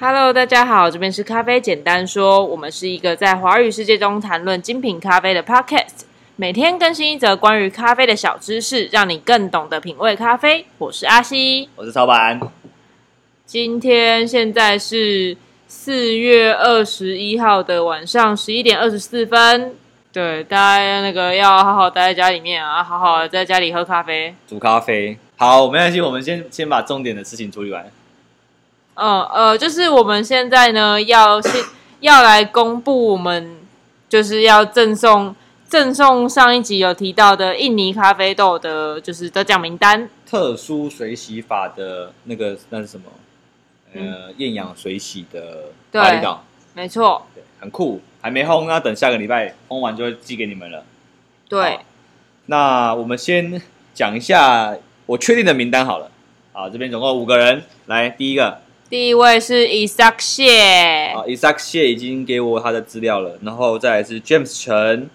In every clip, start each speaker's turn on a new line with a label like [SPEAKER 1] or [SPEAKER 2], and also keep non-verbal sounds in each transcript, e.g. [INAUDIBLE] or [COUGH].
[SPEAKER 1] Hello，大家好，这边是咖啡简单说，我们是一个在华语世界中谈论精品咖啡的 Podcast，每天更新一则关于咖啡的小知识，让你更懂得品味咖啡。我是阿西，
[SPEAKER 2] 我是超板，
[SPEAKER 1] 今天现在是四月二十一号的晚上十一点二十四分。对，大家那个要好好待在家里面啊，好好地在家里喝咖啡。
[SPEAKER 2] 煮咖啡。好，没关系，我们先先把重点的事情处理完。
[SPEAKER 1] 嗯呃，就是我们现在呢要先要来公布我们就是要赠送赠送上一集有提到的印尼咖啡豆的，就是得奖名单。
[SPEAKER 2] 特殊水洗法的那个那是什么？呃，厌氧水洗的
[SPEAKER 1] 对
[SPEAKER 2] 巴厘岛，
[SPEAKER 1] 没错，
[SPEAKER 2] 对，很酷，还没烘，那等下个礼拜烘完就会寄给你们了。
[SPEAKER 1] 对
[SPEAKER 2] 好，那我们先讲一下我确定的名单好了。啊，这边总共五个人，来第一个
[SPEAKER 1] 第一位是 Isaac 谢
[SPEAKER 2] 啊，Isaac 谢已经给我他的资料了，然后再来是 James 陈，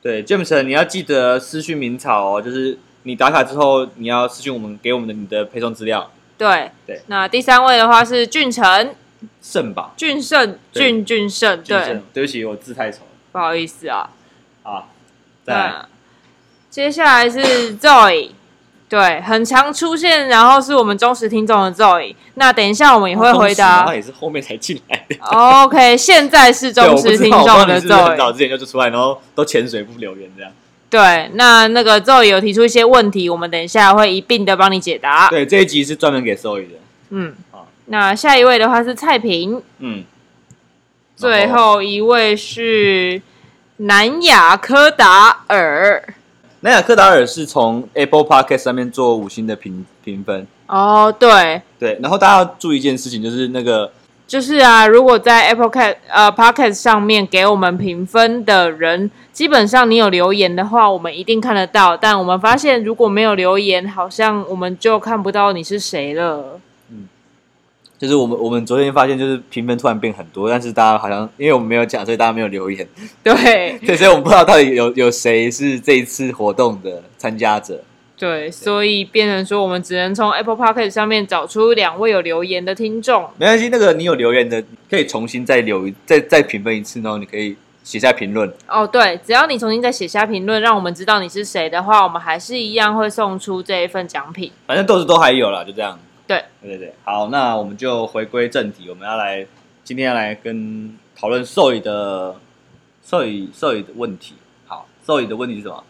[SPEAKER 2] 对 James 陈，你要记得私讯明草哦，就是你打卡之后你要私讯我们给我们的你的配送资料，
[SPEAKER 1] 对
[SPEAKER 2] 对
[SPEAKER 1] 那第三位的话是俊成、
[SPEAKER 2] 胜吧，
[SPEAKER 1] 俊胜、
[SPEAKER 2] 对
[SPEAKER 1] 俊俊胜，
[SPEAKER 2] 俊
[SPEAKER 1] 对
[SPEAKER 2] 胜，，对不起，我字太丑了
[SPEAKER 1] 不好意思啊。
[SPEAKER 2] 啊，再来
[SPEAKER 1] 那接下来是 Zoe，对，很常出现，然后是我们忠实听众的 Zoe。那等一下我们也会回
[SPEAKER 2] 哦忠实然后
[SPEAKER 1] 答。
[SPEAKER 2] 也是后面才进来的。
[SPEAKER 1] OK，现在是
[SPEAKER 2] 对，
[SPEAKER 1] [LAUGHS] 忠
[SPEAKER 2] 我不
[SPEAKER 1] 实
[SPEAKER 2] 知
[SPEAKER 1] 听
[SPEAKER 2] 道，我不
[SPEAKER 1] 众的
[SPEAKER 2] 知道你是不是很早
[SPEAKER 1] Zoe。
[SPEAKER 2] 之前就出来，然后都潜水不留言这样。
[SPEAKER 1] 对，那那个 Zoe 有提出一些问题，我们等一下会一并的帮你解答。
[SPEAKER 2] 对，这一集是专门给 Zoe 的。
[SPEAKER 1] 嗯
[SPEAKER 2] 好，
[SPEAKER 1] 那下一位的话是蔡平，
[SPEAKER 2] 嗯，
[SPEAKER 1] 最后一位是南亚科达尔。
[SPEAKER 2] 南亚科达尔是从 Apple Podcast 上面做五星的评评分，
[SPEAKER 1] 哦，对，
[SPEAKER 2] 对。然后大家要注意一件事情，就是那个
[SPEAKER 1] 就是啊，如果在 Apple Cat 呃 Podcast 上面给我们评分的人，基本上你有留言的话，我们一定看得到。但我们发现如果没有留言，好像我们就看不到你是谁了。
[SPEAKER 2] 就是我们我们昨天发现，就是评分突然变很多，但是大家好像因为我们没有讲，所以大家没有留言，
[SPEAKER 1] [LAUGHS] 对
[SPEAKER 2] 对，所以我们不知道到底有有谁是这一次活动的参加者。
[SPEAKER 1] 对，所以变成说我们只能从 Apple Podcast 上面找出两位有留言的听众。
[SPEAKER 2] 没关系，那个你有留言的，可以重新再留一再再评分一次，然后你可以写下评论。
[SPEAKER 1] 哦，对，只要你重新再写下评论，让我们知道你是谁的话，我们还是一样会送出这一份奖品。
[SPEAKER 2] 反正豆子都还有啦，就这样。
[SPEAKER 1] 对，
[SPEAKER 2] 对对对，好，那我们就回归正题，我们要来今天要来跟讨论兽医的兽医兽医的问题。好，兽医的问题是什么？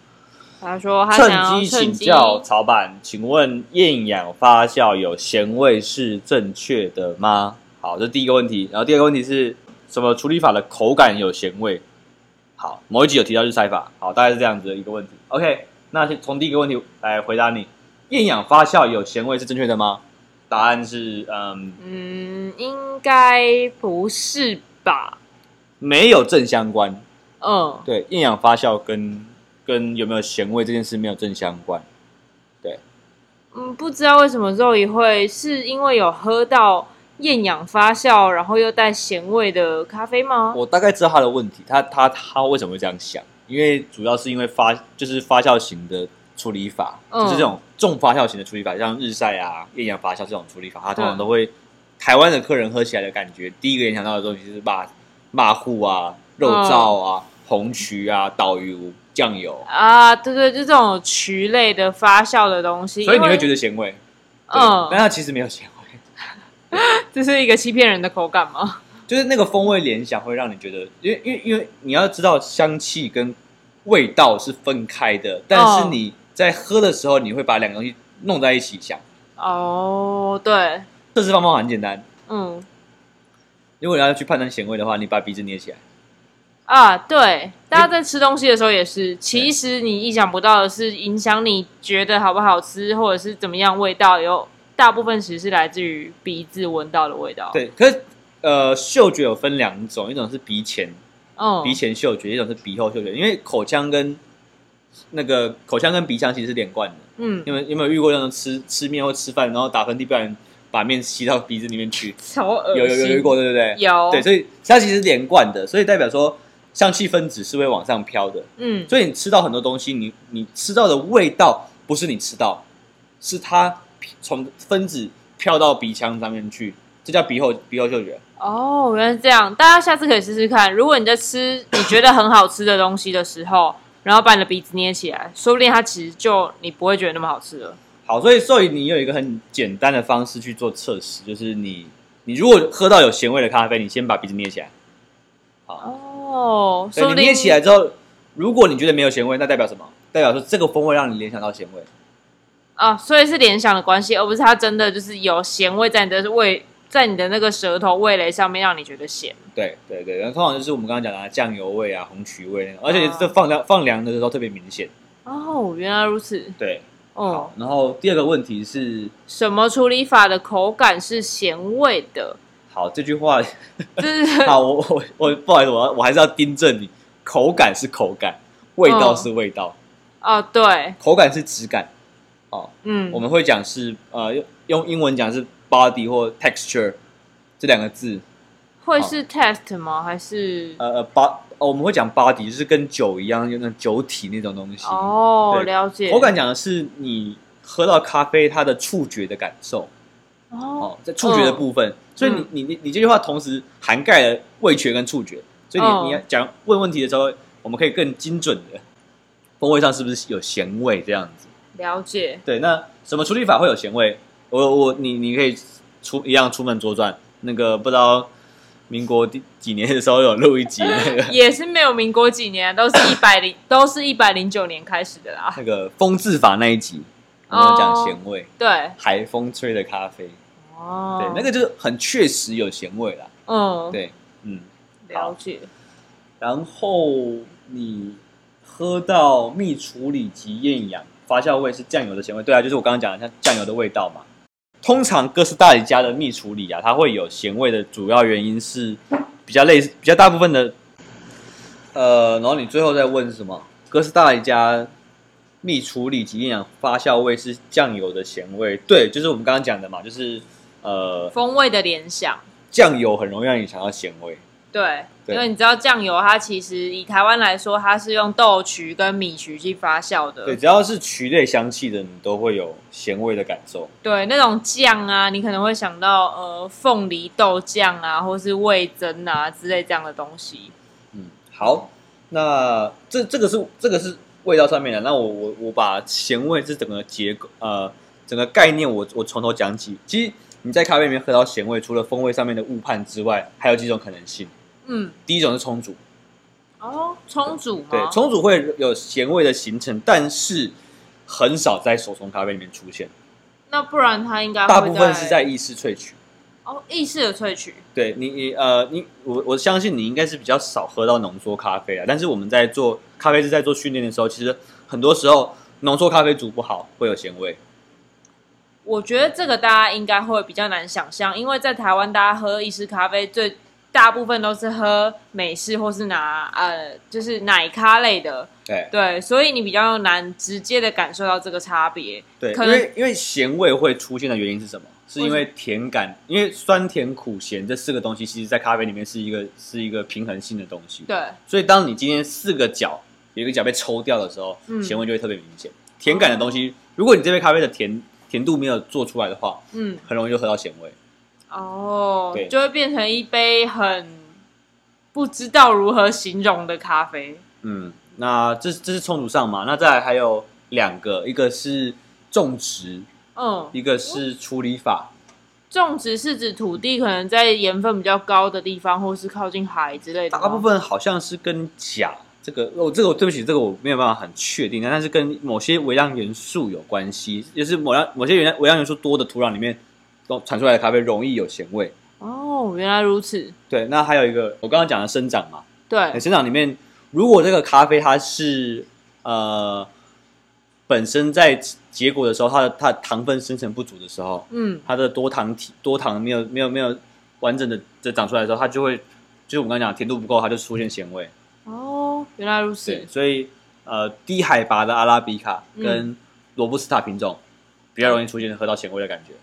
[SPEAKER 1] 他说他想要趁
[SPEAKER 2] 趁机
[SPEAKER 1] 机
[SPEAKER 2] 请教曹板，请问厌氧发酵有咸味是正确的吗？好，这是第一个问题。然后第二个问题是什么处理法的口感有咸味？好，某一集有提到日晒法，好，大概是这样子的一个问题。OK，那先从第一个问题来回答你：厌氧发酵有咸味是正确的吗？答案是嗯，
[SPEAKER 1] 嗯，应该不是吧？
[SPEAKER 2] 没有正相关。
[SPEAKER 1] 嗯，
[SPEAKER 2] 对，厌氧发酵跟跟有没有咸味这件事没有正相关。
[SPEAKER 1] 嗯，不知道为什么肉也会是因为有喝到厌氧发酵，然后又带咸味的咖啡吗？
[SPEAKER 2] 我大概知道他的问题，他他他为什么会这样想？因为主要是因为发就是发酵型的处理法，
[SPEAKER 1] 嗯
[SPEAKER 2] 就是这种重发酵型的处理法，像日晒啊、厌氧发酵这种处理法，它通常都会、台湾的客人喝起来的感觉，第一个联想到的东西就是马马户啊、肉燥
[SPEAKER 1] 嗯
[SPEAKER 2] 啊、红曲啊、岛鱼、酱油，
[SPEAKER 1] 啊，对对，就这种曲类的发酵的东西，
[SPEAKER 2] 所以你会觉
[SPEAKER 1] 得，
[SPEAKER 2] 得咸味，对但
[SPEAKER 1] 嗯，
[SPEAKER 2] 它其实没有咸味。
[SPEAKER 1] 这是一个欺骗人的口感吗？
[SPEAKER 2] 就是那个风味联想会让你觉得，因为因为因为你要知道香气跟味道是分开的，但是你在喝的时候，你会把两个东西弄在一起想。
[SPEAKER 1] 哦，对，
[SPEAKER 2] 测试方法很简单，
[SPEAKER 1] 嗯，
[SPEAKER 2] 如果你要去判断咸味的话，你把鼻子捏起来，
[SPEAKER 1] 啊，对，大家在吃东西的时候也是，
[SPEAKER 2] 嗯
[SPEAKER 1] 其实你意想不到的是，影响你觉得好不好吃，或者是怎么样味道，有大部分其实是来自于鼻子闻到的味道。，
[SPEAKER 2] 对。可是呃，嗅觉有分两种，一种是鼻前
[SPEAKER 1] 嗯，
[SPEAKER 2] 鼻前嗅觉，一种是鼻后嗅觉，因为口腔跟那个口腔跟鼻腔其实是连贯的。
[SPEAKER 1] 嗯，
[SPEAKER 2] 你们有没有遇过那种吃吃面或吃饭，然后打喷嚏，不然把面吸到鼻子里面去？
[SPEAKER 1] 超恶
[SPEAKER 2] 有有有遇过，对不对？
[SPEAKER 1] 有，
[SPEAKER 2] 对，所以它其实是连贯的，所以代表说香气分子是会往上飘的。
[SPEAKER 1] 嗯，
[SPEAKER 2] 所以你吃到很多东西，你你吃到的味道不是你吃到，是它从分子飘到鼻腔上面去，这叫鼻后鼻后嗅觉。
[SPEAKER 1] 哦，原来是这样，大家下次可以试试看。如果你在吃你觉得很好吃的东西的时候，然后把你的鼻子捏起来，说不定它其实就你不会觉得那么好吃了。
[SPEAKER 2] 好，所以所以你有一个很简单的方式去做测试，就是你你如果喝到有咸味的咖啡，你先把鼻子捏起来。
[SPEAKER 1] 哦，
[SPEAKER 2] 对
[SPEAKER 1] 说不
[SPEAKER 2] 你
[SPEAKER 1] 定
[SPEAKER 2] 捏起来之后，如果你觉得没有咸味，那代表什么？代表说这个风味让你联想到咸味。
[SPEAKER 1] 啊，所以是联想的关系，而不是它真的就是有咸味在你的味，在你的那个舌头味蕾上面让你觉得咸。
[SPEAKER 2] 对对对，然后通常就是我们刚刚讲的啊酱油味啊、红曲味那种，而且
[SPEAKER 1] 啊
[SPEAKER 2] 这放凉、放凉的时候特别明显。
[SPEAKER 1] 哦，原来如此。
[SPEAKER 2] 对，
[SPEAKER 1] 哦，
[SPEAKER 2] 然后第二个问题是，
[SPEAKER 1] 什么处理法的口感是咸味的？
[SPEAKER 2] 好这句话，
[SPEAKER 1] 就是 [LAUGHS]
[SPEAKER 2] 好我我我不好意思，我要我还是要订正你，口感是口感，味道
[SPEAKER 1] 嗯
[SPEAKER 2] 是味道，
[SPEAKER 1] 哦，对，
[SPEAKER 2] 口感是质感。哦，
[SPEAKER 1] 嗯
[SPEAKER 2] 我，们会讲是呃用用英文讲是 body 或 texture 这两个字，
[SPEAKER 1] 会是 test 吗？还是
[SPEAKER 2] 呃呃 b 哦我们会讲 body 就是跟酒一样，有那种酒体那种东西。
[SPEAKER 1] 哦，
[SPEAKER 2] 对
[SPEAKER 1] 了解。
[SPEAKER 2] 口感讲的是你喝到咖啡它的触觉的感受
[SPEAKER 1] 哦，
[SPEAKER 2] 哦，在触觉的部分，所以你
[SPEAKER 1] 嗯
[SPEAKER 2] 你你你这句话同时涵盖了味觉跟触觉，所以你、
[SPEAKER 1] 哦
[SPEAKER 2] 你要讲问问题的时候，我们可以更精准的风味上是不是有咸味这样子？
[SPEAKER 1] 了解。
[SPEAKER 2] 对，那什么处理法会有咸味？我我你你可以出一样出门左转，那个不知道民国第几年的时候有录一集
[SPEAKER 1] [LAUGHS]
[SPEAKER 2] 那个
[SPEAKER 1] 也是没有民国几年啊，都是一百零，都是一百零九年开始的啦。 [LAUGHS]
[SPEAKER 2] 那个风制法那一集，我们有讲
[SPEAKER 1] 哦
[SPEAKER 2] 咸味，
[SPEAKER 1] 对，
[SPEAKER 2] 海风吹的咖啡。
[SPEAKER 1] 哦，
[SPEAKER 2] 对，那个就是很确实有咸味啦。
[SPEAKER 1] 嗯，
[SPEAKER 2] 对，嗯，
[SPEAKER 1] 了解。
[SPEAKER 2] 然后你喝到蜜处理及厌氧发酵味是酱油的咸味，对啊，就是我刚刚讲的像酱油的味道嘛。通常哥斯达黎加的蜜处理啊，它会有咸味的主要原因是比较类似，比较大部分的，呃，然后你最后再问是什么？哥斯达黎加蜜处理及厌氧发酵味是酱油的咸味，对，就是我们刚刚讲的嘛，就是呃，
[SPEAKER 1] 风味的联想，
[SPEAKER 2] 酱油很容易让你想到咸味。
[SPEAKER 1] 对，
[SPEAKER 2] 对
[SPEAKER 1] 因为你知道酱油它其实以台湾来说，它是用豆曲跟米曲去发酵的，
[SPEAKER 2] 对，只要是曲类香气的，你都会有咸味的感受。
[SPEAKER 1] 对那种酱啊，你可能会想到呃凤梨豆酱啊，或是味增啊之类这样的东西。
[SPEAKER 2] 嗯，好，那这这个是这个是味道上面的。那我我我把咸味这整个结构呃整个概念我我从头讲起。其实你在咖啡里面喝到咸味，除了风味上面的误判之外，还有几种可能性。
[SPEAKER 1] 嗯，
[SPEAKER 2] 第一种是冲煮，
[SPEAKER 1] 哦，冲煮吗？
[SPEAKER 2] 对，冲煮会有咸味的形成，但是很少在手冲咖啡里面出现，
[SPEAKER 1] 那不然它应该会
[SPEAKER 2] 大部分是在意式萃取。
[SPEAKER 1] 哦意式的萃取。
[SPEAKER 2] 对你，你呃，你我我相信你应该是比较少喝到浓缩咖啡啊。但是我们在做咖啡师在做训练的时候，其实很多时候浓缩咖啡煮不好会有咸味。
[SPEAKER 1] 我觉得这个大家应该会比较难想象，因为在台湾，大家喝意式咖啡最大部分都是喝美式或是拿呃就是奶咖类的，
[SPEAKER 2] 对
[SPEAKER 1] 对，所以你比较难直接的感受到这个差别。
[SPEAKER 2] 对，
[SPEAKER 1] 可
[SPEAKER 2] 因
[SPEAKER 1] 能
[SPEAKER 2] 为因为咸味会出现的原因是什么？是因为甜感，因为酸甜苦咸这四个东西，其实在咖啡里面是一个是一个平衡性的东西。
[SPEAKER 1] 对，
[SPEAKER 2] 所以当你今天四个角有一个角被抽掉的时候，
[SPEAKER 1] 嗯
[SPEAKER 2] 咸味就会特别明显。甜感的东西，如果你这杯咖啡的甜甜度没有做出来的话，
[SPEAKER 1] 嗯，
[SPEAKER 2] 很容易就喝到咸味。
[SPEAKER 1] 哦
[SPEAKER 2] 对，
[SPEAKER 1] 就会变成一杯很不知道如何形容的咖啡。
[SPEAKER 2] 嗯，那这这是冲突上嘛？那再来还有两个，一个是种植，
[SPEAKER 1] 嗯，
[SPEAKER 2] 一个是处理法。
[SPEAKER 1] 种植是指土地可能在盐分比较高的地方，或是靠近海之类的吗。
[SPEAKER 2] 大部分好像是跟钾这个，哦，这个我对不起，这个我没有办法很确定，但是跟某些微量元素有关系，就是某样某些微量微量元素多的土壤里面，都产出来的咖啡容易有咸味。
[SPEAKER 1] 哦，原来如此。
[SPEAKER 2] 对，那还有一个我刚刚讲的生长嘛，
[SPEAKER 1] 对
[SPEAKER 2] 欸，生长里面，如果这个咖啡它是呃本身在结果的时候，它的它的糖分生成不足的时候，
[SPEAKER 1] 嗯，
[SPEAKER 2] 它的多糖体多糖没有没有没有完整的这长出来的时候，它就会就是我们刚刚讲甜度不够，它就出现咸味。
[SPEAKER 1] 哦，原来如此
[SPEAKER 2] 对，。所以呃低海拔的阿拉比卡
[SPEAKER 1] 嗯
[SPEAKER 2] 跟罗布斯塔品种比较容易出现喝到咸味的感觉。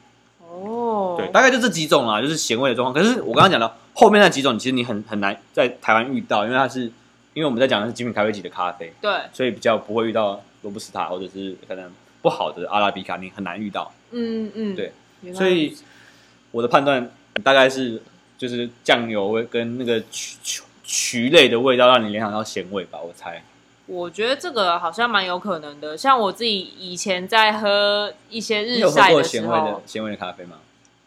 [SPEAKER 1] 哦，
[SPEAKER 2] 对，大概就这几种啦，就是咸味的状况。可是我刚刚讲到后面那几种，其实你很很难在台湾遇到，因为它是因为我们在讲的是精品咖啡级的咖啡。
[SPEAKER 1] 对
[SPEAKER 2] 所以比较不会遇到罗布斯塔或者是可能不好的阿拉比卡，你很难遇到。
[SPEAKER 1] 嗯嗯，
[SPEAKER 2] 对
[SPEAKER 1] 原来如此，
[SPEAKER 2] 所以我的判断大概是就是酱油味跟那个渠渠渠类的味道，让你联想到咸味吧，我猜。
[SPEAKER 1] 我觉得这个好像蛮有可能的。像我自己以前在喝一些
[SPEAKER 2] 你
[SPEAKER 1] 日
[SPEAKER 2] 有喝
[SPEAKER 1] 晒
[SPEAKER 2] 过
[SPEAKER 1] 时
[SPEAKER 2] 咸味
[SPEAKER 1] 候
[SPEAKER 2] 的，咸味的咖啡吗？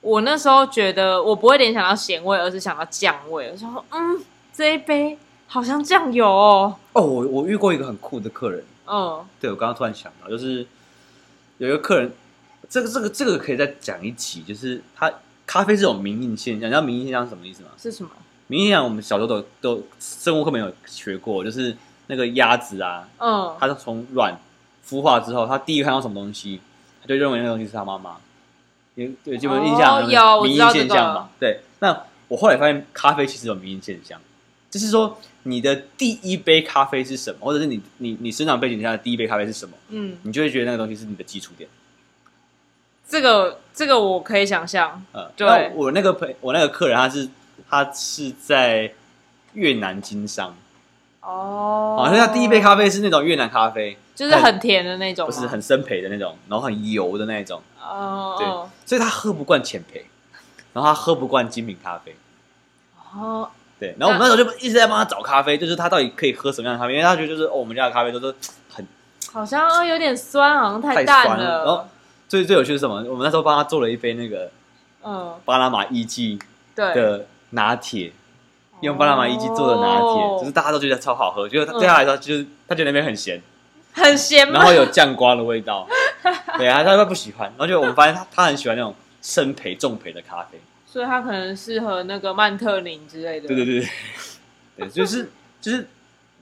[SPEAKER 1] 我那时候觉得我不会联想到咸味，而是想到酱味。我想说，嗯，这一杯好像酱油哦。
[SPEAKER 2] 哦，我我遇过一个很酷的客人，
[SPEAKER 1] 嗯，
[SPEAKER 2] 对我刚刚突然想到，就是有一个客人，这个这个这个可以再讲一集，就是他咖啡是有明印现象，你知道明印现象是什么意思吗？
[SPEAKER 1] 是什么？
[SPEAKER 2] 明印现象我们小时候都都生物课没有学过，就是那个鸭子啊，
[SPEAKER 1] 嗯，
[SPEAKER 2] 它从卵孵化之后，它第一个看到什么东西，它就认为那个东西是它妈妈。有有基本印象
[SPEAKER 1] 哦有我
[SPEAKER 2] 民
[SPEAKER 1] 知
[SPEAKER 2] 意
[SPEAKER 1] 道这
[SPEAKER 2] 现象
[SPEAKER 1] 个
[SPEAKER 2] 嘛？对。那我后来发现咖啡其实有民意现象，就是说你的第一杯咖啡是什么，或者是你你你生长背景下的第一杯咖啡是什么，
[SPEAKER 1] 嗯，
[SPEAKER 2] 你就会觉得那个东西是你的基础点。
[SPEAKER 1] 这个这个我可以想象。
[SPEAKER 2] 呃，
[SPEAKER 1] 对
[SPEAKER 2] 那我那个朋我那个客人他是他是在越南经商，
[SPEAKER 1] 哦
[SPEAKER 2] 好像、他第一杯咖啡是那种越南咖啡，
[SPEAKER 1] 就是很甜的那种
[SPEAKER 2] 不
[SPEAKER 1] 吗，
[SPEAKER 2] 是很生培的那种，然后很油的那种。对
[SPEAKER 1] 哦
[SPEAKER 2] 所以他喝不惯浅焙，然后他喝不惯精品咖啡。
[SPEAKER 1] 哦，
[SPEAKER 2] 对，然后我们那时候就一直在帮他找咖啡，就是他到底可以喝什么样的咖啡，因为他觉得就是哦，我们家的咖啡都是很
[SPEAKER 1] 好像哦有点酸，好像
[SPEAKER 2] 太
[SPEAKER 1] 淡
[SPEAKER 2] 酸了然哦后
[SPEAKER 1] 了。
[SPEAKER 2] 最最有趣是什么？我们那时候帮他做了一杯那个
[SPEAKER 1] 嗯，
[SPEAKER 2] 巴拿马一季
[SPEAKER 1] 对，
[SPEAKER 2] 的拿铁，用巴拿马一季做的拿铁，
[SPEAKER 1] 哦
[SPEAKER 2] 就是大家都觉得超好喝，就是他
[SPEAKER 1] 嗯
[SPEAKER 2] 对他来说就是他觉得那边很咸，
[SPEAKER 1] 很咸吗
[SPEAKER 2] 然？后有酱瓜的
[SPEAKER 1] [LAUGHS]
[SPEAKER 2] 味道，对啊，他他不喜欢，然后就我们发现他他很喜欢那种生培重培的咖啡。
[SPEAKER 1] 所以它可能适合那个曼特宁之类的。
[SPEAKER 2] 对对对 [LAUGHS] 对，对，就是就是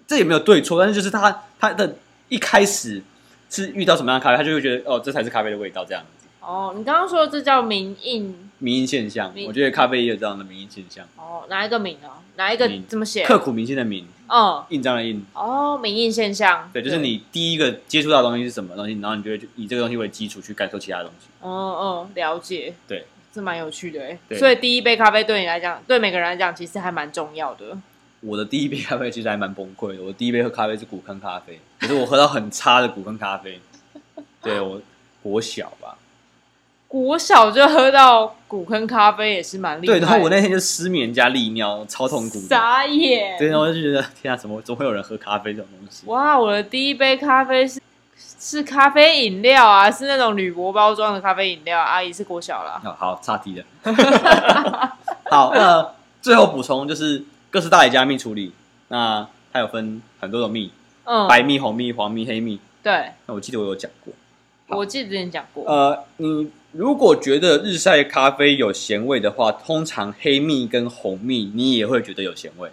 [SPEAKER 2] 这也没有对错，但是就是他他的一开始是遇到什么样的咖啡，他就会觉得哦，这才是咖啡的味道这样子。
[SPEAKER 1] 哦，你刚刚说的这叫名印
[SPEAKER 2] 民音现象，
[SPEAKER 1] 民
[SPEAKER 2] 我觉得咖啡也有这样的民音现象，
[SPEAKER 1] 哦，哪一个名啊？哪一个
[SPEAKER 2] 民
[SPEAKER 1] 怎么写？
[SPEAKER 2] 刻骨铭心的铭，
[SPEAKER 1] 嗯，
[SPEAKER 2] 印章的印。
[SPEAKER 1] 哦，名印现象。
[SPEAKER 2] 对，就是。你第一个接触到的东西是什么东西，然后你就会去以这个东西为基础去感受其他东西。
[SPEAKER 1] 嗯嗯，了解。
[SPEAKER 2] 对，
[SPEAKER 1] 这蛮有趣的哎
[SPEAKER 2] 对。
[SPEAKER 1] 所以第一杯咖啡对你来讲，对每个人来讲，其实还蛮重要的。
[SPEAKER 2] 我的第一杯咖啡其实还蛮崩溃的，我第一杯喝咖啡是古坑咖啡，可是我喝到很差的古坑咖啡。对我国小吧，
[SPEAKER 1] 国小就喝到古坑咖啡也是蛮厉害
[SPEAKER 2] 对，
[SPEAKER 1] 的。
[SPEAKER 2] 然后我那天就失眠加利尿，超痛苦的。
[SPEAKER 1] 傻眼。
[SPEAKER 2] 对，然后我就觉得天啊，怎么总会有人喝咖啡这种东西？
[SPEAKER 1] 哇，我的第一杯咖啡是是咖啡饮料啊，是那种铝箔包装的咖啡饮料啊。阿姨是国小啦，
[SPEAKER 2] 哦，好，岔题了。 [LAUGHS] 好，那最后补充就是各式大理加蜜处理，那它有分很多种蜜，
[SPEAKER 1] 嗯，
[SPEAKER 2] 白蜜、红蜜、黄蜜、黑蜜。
[SPEAKER 1] 对，
[SPEAKER 2] 那我记得我有讲过，好
[SPEAKER 1] 我记得之前讲过，
[SPEAKER 2] 呃，你如果觉得日晒咖啡有咸味的话，通常黑蜜跟红蜜你也会觉得有咸味。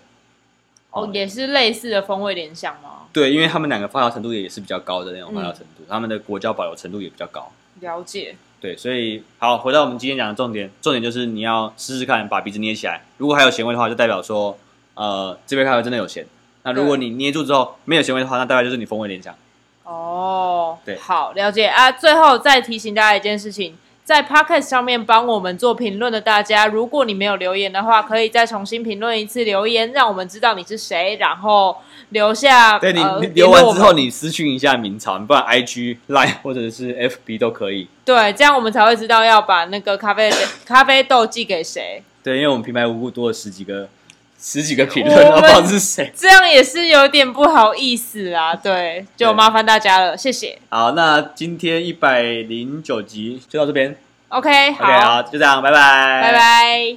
[SPEAKER 1] 哦，也是类似的风味联想吗？
[SPEAKER 2] 对，因为他们两个发酵程度也是比较高的那种发酵
[SPEAKER 1] 嗯
[SPEAKER 2] 程度，他们的国胶保留程度也比较高。
[SPEAKER 1] 了解，
[SPEAKER 2] 对，所以好，回到我们今天讲的重点，重点就是你要试试看，把鼻子捏起来。如果还有咸味的话，就代表说，呃，这杯咖啡真的有咸。那如果你捏住之后没有咸味的话，那大概就是你风味联想。
[SPEAKER 1] 哦，
[SPEAKER 2] 对
[SPEAKER 1] 好，了解啊。最后再提醒大家一件事情。在 Pocket 上面帮我们做评论的大家，如果你没有留言的话，可以再重新评论一次留言，让我们知道你是谁，然后留下。
[SPEAKER 2] 对你、
[SPEAKER 1] 呃
[SPEAKER 2] 你留完
[SPEAKER 1] 联络
[SPEAKER 2] 之，
[SPEAKER 1] 我
[SPEAKER 2] 后，
[SPEAKER 1] 们
[SPEAKER 2] 你私讯一下明朝，你不然 IG、Line 或者是 FB 都可以。
[SPEAKER 1] 对，这样我们才会知道要把那个咖啡 [COUGHS] 咖啡豆寄给谁。
[SPEAKER 2] 对，因为我们平白无故多了十几个、十几个评
[SPEAKER 1] 我们
[SPEAKER 2] 论，然后不知道是谁。
[SPEAKER 1] 这样也是有点不好意思啊，对，就麻烦大家了，谢谢。
[SPEAKER 2] 好，那今天一百零九集就到这边。
[SPEAKER 1] OK，好
[SPEAKER 2] OK，好，就这样，拜拜，
[SPEAKER 1] 拜拜。